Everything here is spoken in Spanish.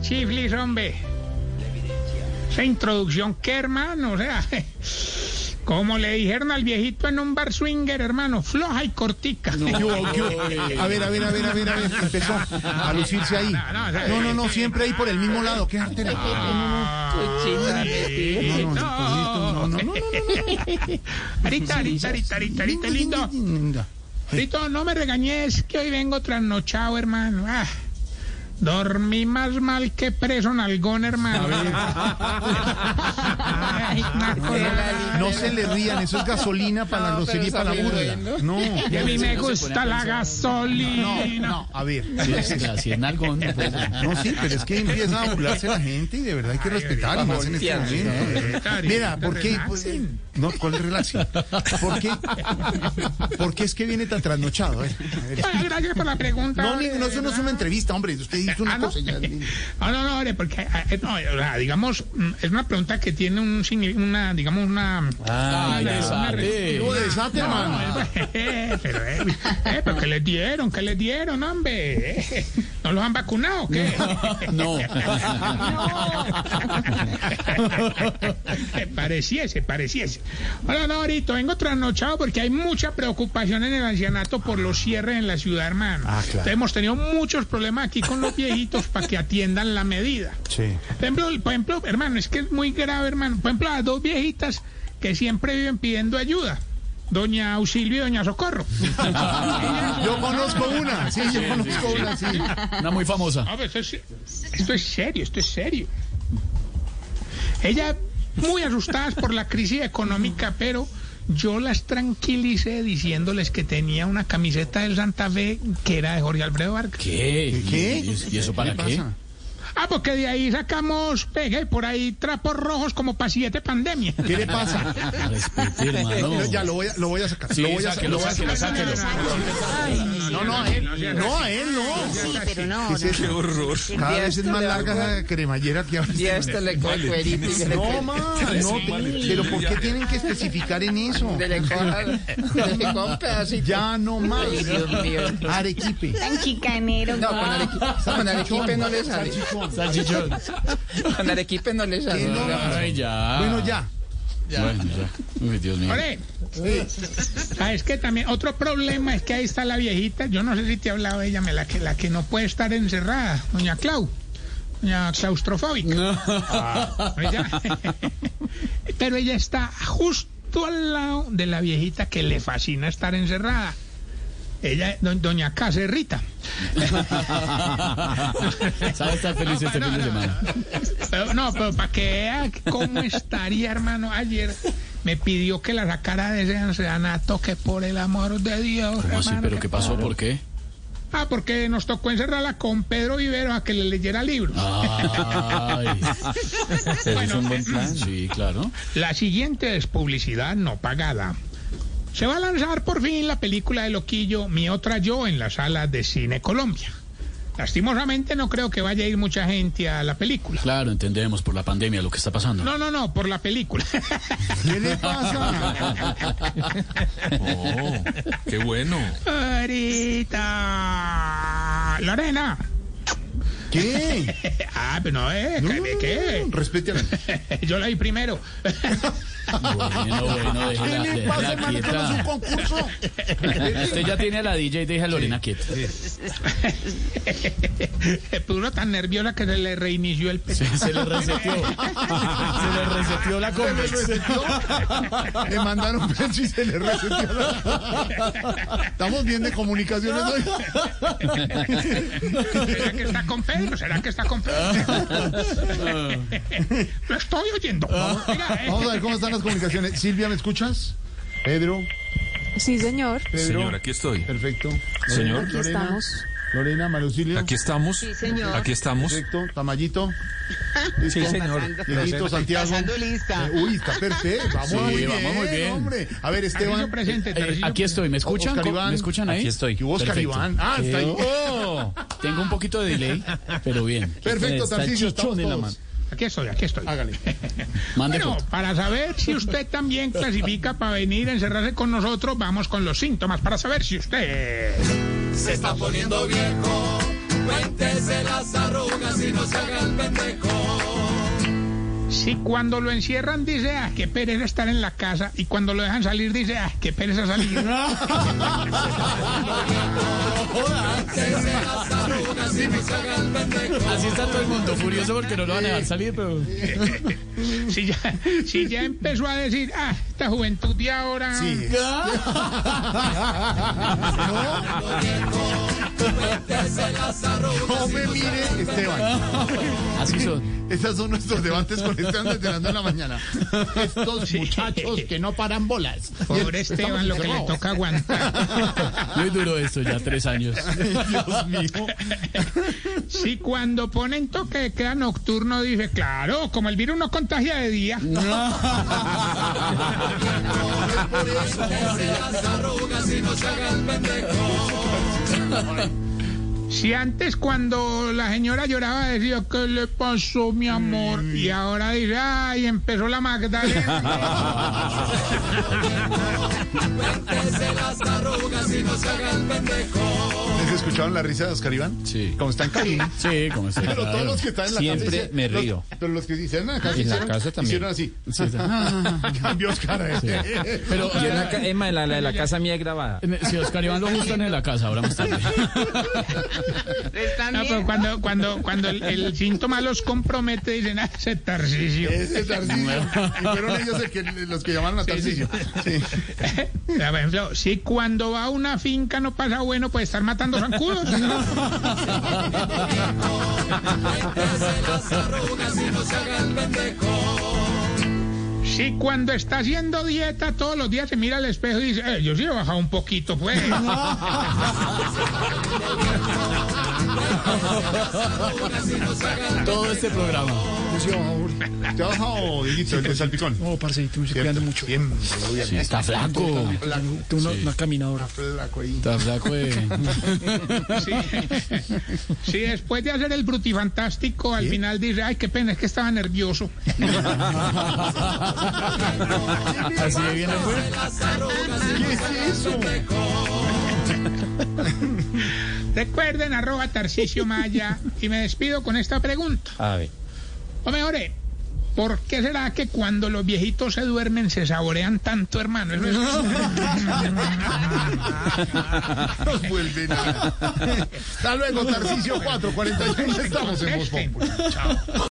chiflis, hombre. Esa introducción, qué hermano, o sea, como le dijeron al viejito en un bar swinger, hermano, floja y cortica. ¿Qué hubo, qué hubo? A ver, a ver, a ver, a ver, a ver. Empezó a lucirse ahí. No, no, Ah, no, siempre ahí por el mismo lado. Qué artera. Ay, No, no, no, no, no, no, Ahorita, ahorita, ahorita, ahorita, ahorita, lindo. no. Rito, no me regañes que hoy vengo trasnochado, hermano. Ah, dormí más mal que preso nalgón, hermano. Ay, Marco, ya- No se le rían, eso es gasolina para la grosería y para la burla. No. ya a mí me gusta la gasolina. No, no, a ver. Si en algo no puede ser. No, sí, pero es que empieza a burlarse la gente y de verdad hay que respetar y más en este momento. Mira, ¿por qué? Pues, No, ¿cuál relaxing? ¿Por qué? ¿Por qué es que viene tan trasnochado? eh? A ver, a ver. Ay, gracias por la pregunta. No, ni- hombre, no, eso no es una entrevista, hombre. Usted hizo Ah, una ¿no? cosa ya. ni- No, no, no, hombre, porque eh, no, o sea, digamos, mm, es una pregunta que tiene un signi- una, digamos, una. Ay, una- una- Hubo desate, hermano. Eh, pero, eh, eh, pero ¿qué les dieron? ¿Qué les dieron, hombre? Eh, ¿No los han vacunado o qué? No. Eh, pareciese, pareciese. Hola, Norito, vengo trasnochado porque hay mucha preocupación en el ancianato por los cierres en la ciudad, hermano. Ah, claro. Entonces, Hemos tenido muchos problemas aquí con los viejitos para que atiendan la medida. Sí. Por ejemplo, el- por ejemplo, hermano, es que es muy grave, hermano. Por ejemplo, las dos viejitas que siempre viven pidiendo ayuda. Doña Auxilio y Doña Socorro. Yo conozco una, sí, yo conozco una, sí. Una muy famosa. A ver, esto Ah, pues, es, esto es serio, esto es serio. Ellas muy asustadas por la crisis económica, pero yo las tranquilicé diciéndoles que tenía una camiseta del Santa Fe que era de Jorge Alfredo Vargas. ¿Qué? ¿Qué? ¿Y eso- ¿Y eso ¿Qué para le qué? pasa? Ah, porque de ahí sacamos, pegué por ahí trapos rojos como para siete pandemia. ¿Qué le pasa? Respete, hermano. Ya lo voy a, lo voy a sacar. Sí, lo voy a sáquelo, sacar. sáquelo, sáquelo. No, no, a él. No, a él, no. Sí, pero no. ¿Qué es eso? Cada vez es más larga esa cremallera que ahora. Ya esto este le coge el cuerito y que le No, coge- ma, no, pero ¿por qué tienen que especificar en eso? que le coja le coja un pedacito. Ya no más. Ay, Dios mío. Ah. Arequipe. Tan chicanero. No, con Arequipe, con Arequipe no le sale. Salchichón. Salchichón. Con Arequipe no le Qué loco. sale. Ay, ya. Bueno, ya. Bueno, ya. Uy, Dios mío. Ore. Ah, es que también otro problema es que ahí está la viejita. Yo no sé si te he hablado de ella, me la que la que no puede estar encerrada, doña Clau, doña claustrofóbica. Ah, Ella- pero ella está justo al lado de la viejita que le fascina estar encerrada. Ella, do- doña Cacerrita. ¿Sabe estar feliz este No, fin no, de semana? Pero, no, pero para que vea cómo estaría, hermano, ayer me pidió que la sacara de ese ancianato que por el amor de Dios. ¿Cómo así? hermano, ¿Pero que- qué pasó? ¿Por qué? Ah, porque nos tocó encerrarla con Pedro Vivero a que le leyera libros. Ah. Ay. Pero es un buen plan. Sí, claro. La siguiente es publicidad no pagada. Se va a lanzar por fin la película de Loquillo, Mi Otra Yo, en las salas de Cine Colombia. Lastimosamente no creo que vaya a ir mucha gente a la película. Claro, entendemos por la pandemia lo que está pasando. No, no, no, por la película. ¿Qué le pasa? Oh, qué bueno. Ahorita. Lorena. ¿Qué? Ah, pero no, eh, No, ¿qué? no, no, ¿qué? no, Respete a la- Yo la vi primero. Bueno, bueno, ¿Qué déjela, le pasa, hermano? déjela ¿Esto no es un quieta. concurso? Usted ya tiene a la DJ, deja a Lorena quieta. Puro Pues tan nerviosa que se le reinició el PC. Se, se le reseteó. Se le reseteó la ¿No? Le mandaron pecho y se le resetió la- Estamos bien de comunicaciones hoy. ¿Será que está con Pedro? ¿Será que está con Pedro? Lo estoy oyendo. Oiga, eh, Vamos a ver cómo están las comunicaciones. Silvia, ¿me escuchas? Pedro, Sí, señor. Pedro. Señor, aquí estoy. Perfecto. Señor. Aquí Lorena, estamos. Lorena, Marusilio. Aquí estamos. Aquí estamos. Perfecto. Tamayito. Sí, señor. Dieguito, Santiago. Pasando lista. Eh, Uy, está perfecto. Vamos, Sí, muy, bien, vamos muy bien. hombre. A ver, Tarcisio Esteban. presente, Tarcisio Eh, Aquí estoy, ¿me escuchan? Oscar ¿Co- Iván. ¿Me escuchan ahí? Aquí estoy. Y Oscar Perfecto. Iván. Ah, está ahí. Oh, tengo un poquito de delay, pero bien. Perfecto, Tarcisio, estamos en la todos. Aquí estoy, aquí estoy. Hágale. Mande Bueno, foto. para saber si usted también clasifica para venir a encerrarse con nosotros, vamos con los síntomas para saber si usted... se está poniendo viejo. Cuéntese las arrugas y no se haga el Si cuando lo encierran dice, ah, qué pereza estar en la casa, y cuando lo dejan salir dice, ah, qué pereza salir. Así está todo el mundo furioso porque no lo van a dejar salir, pero. Si ya, si ya empezó a decir, ah, esta juventud de ahora. Sí. No me mire, Esteban. Así son. Esos son nuestros debates con Esteban desde las nueve de la mañana. Estos muchachos que no paran bolas. Pobre Esteban, lo que le toca aguantar. Muy duro esto, ya tres años. Dios mío. Si cuando ponen toque de queda nocturno dice, claro, como el virus no contagia de día. Si antes cuando la señora lloraba decía, ¿qué le pasó, mi amor? Y ahora dice, ay, empezó la Magdalena. ¿Les escucharon la risa de Oscar Iván? Sí. Como está en cabina. Sí, como se Pero todos los que están en la casa. Siempre hicieron- me los- río. pero los que hicieron en la casa, En la hicieron, casa también. hicieron así. Sí, está. Cambió Oscar. eh. Pero Yo en la, ca- Emma, en la, la- la casa mía es grabada. si Oscar Iván lo gustan en la casa, ahora más tarde. No, pero cuando, cuando, cuando el, el síntoma los compromete, dicen, ah, ese Tarcisio. Ese Tarcisio. Y fueron ellos el que- los que llamaron a Tarcisio. Sí. O sea, Por ejemplo, si cuando va a una finca no pasa bueno, puede estar matando zancudos. Si cuando está haciendo dieta todos los días se mira al espejo y dice, "Eh, yo sí he bajado un poquito, pues. Todo este programa. ¿Te ha bajado, Dieguito, el de salpicón? No, parcerito, Oh, me estoy Cierto. cuidando mucho. Bien, bien. Sí, está flaco. Blanco, Tengo una, una caminadora. flaco ahí. Está flaco eh. de. Si, si después de hacer el brutifantástico al final dice, ay, qué pena, es que estaba nervioso. Así de bien le fue. ¿Qué es eso? Recuerden, arroba Tarcisio Maya. Y me despido con esta pregunta. A ver. Hombre, ore, ¿por qué será que cuando los viejitos se duermen se saborean tanto, hermano? Eso Nos vuelve nada. Hasta luego, Tarcisio 441. pues Estamos es- en Voz Populi. Chao.